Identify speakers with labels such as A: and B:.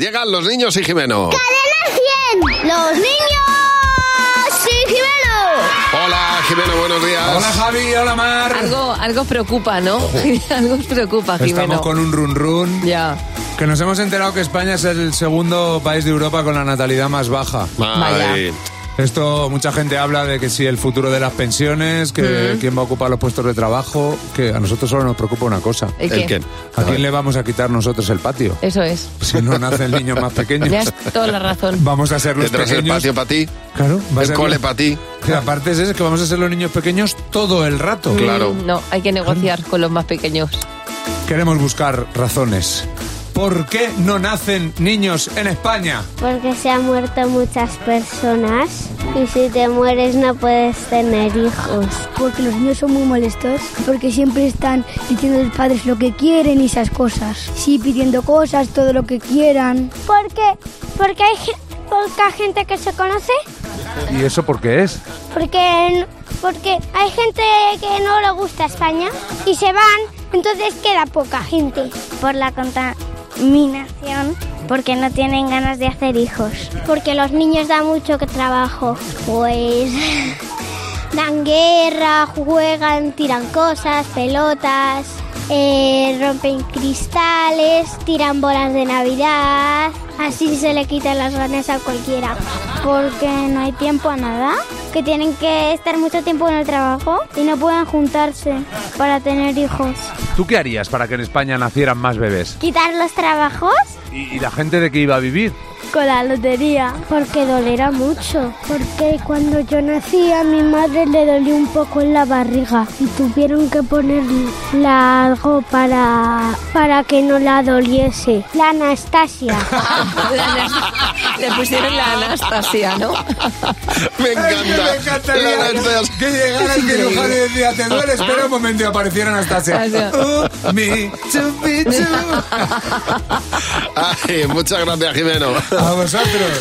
A: Llegan los niños y Jimeno.
B: ¡Cadena 100! ¡Los niños! ¡Sí, Jimeno!
A: Hola, Jimeno, buenos días.
C: Hola Javi, hola Mar.
D: Algo, algo os preocupa, ¿no? algo os preocupa, Jimeno.
C: Estamos con un run run.
D: Ya.
C: Que nos hemos enterado que España es el segundo país de Europa con la natalidad más baja.
A: Ay,
C: Esto, mucha gente habla de que si el futuro de las pensiones, que
D: Mm.
C: quién va a ocupar los puestos de trabajo, que a nosotros solo nos preocupa una cosa.
D: ¿El qué?
A: ¿El qué?
C: ¿A quién le vamos a quitar nosotros el patio?
D: Eso es.
C: Si no nacen niños más pequeños,
D: Le has toda la razón.
C: vamos a ser los
A: Tendrás el
C: pequeños.
A: patio para ti,
C: Claro, va a
A: el
C: ser-
A: cole para ti.
C: Que aparte es eso, que vamos a ser los niños pequeños todo el rato.
A: Claro.
D: Mm, No, hay que negociar con los más pequeños.
C: Queremos buscar razones. ¿Por qué no nacen niños en España?
B: Porque se han muerto muchas personas y si te mueres no puedes tener hijos.
E: Porque los niños son muy molestos, porque siempre están diciendo a los padres lo que quieren y esas cosas. Sí, pidiendo cosas, todo lo que quieran.
B: Porque, porque hay gen- poca gente que se conoce,
C: ¿Y eso por qué es?
B: porque, n- porque hay gente que no le gusta España y se van, entonces queda poca gente. Por la contaminación, porque no tienen ganas de hacer hijos. Porque los niños dan mucho que trabajo. Pues dan guerra, juegan, tiran cosas, pelotas, eh, rompen cristales, tiran bolas de Navidad. Así se le quitan las ganas a cualquiera. Porque no hay tiempo a nada. Que tienen que estar mucho tiempo en el trabajo y no pueden juntarse para tener hijos.
C: ¿Tú qué harías para que en España nacieran más bebés?
B: ¿Quitar los trabajos?
C: ¿Y, y la gente de qué iba a vivir?
B: Con la lotería. Porque dolerá mucho. Porque cuando yo nací a mi madre le dolió un poco en la barriga y tuvieron que ponerle algo para, para que no la doliese. La Anastasia.
D: La Anas- Le pusieron la Anastasia, ¿no?
A: Me encanta. La Anastasia.
C: que llegara el cirujano y decía, te duele, espera un momento y apareciera Anastasia.
D: Gracias.
C: Uh, me, chupi, chu.
A: Ay, muchas gracias, Jimeno.
C: A vosotros.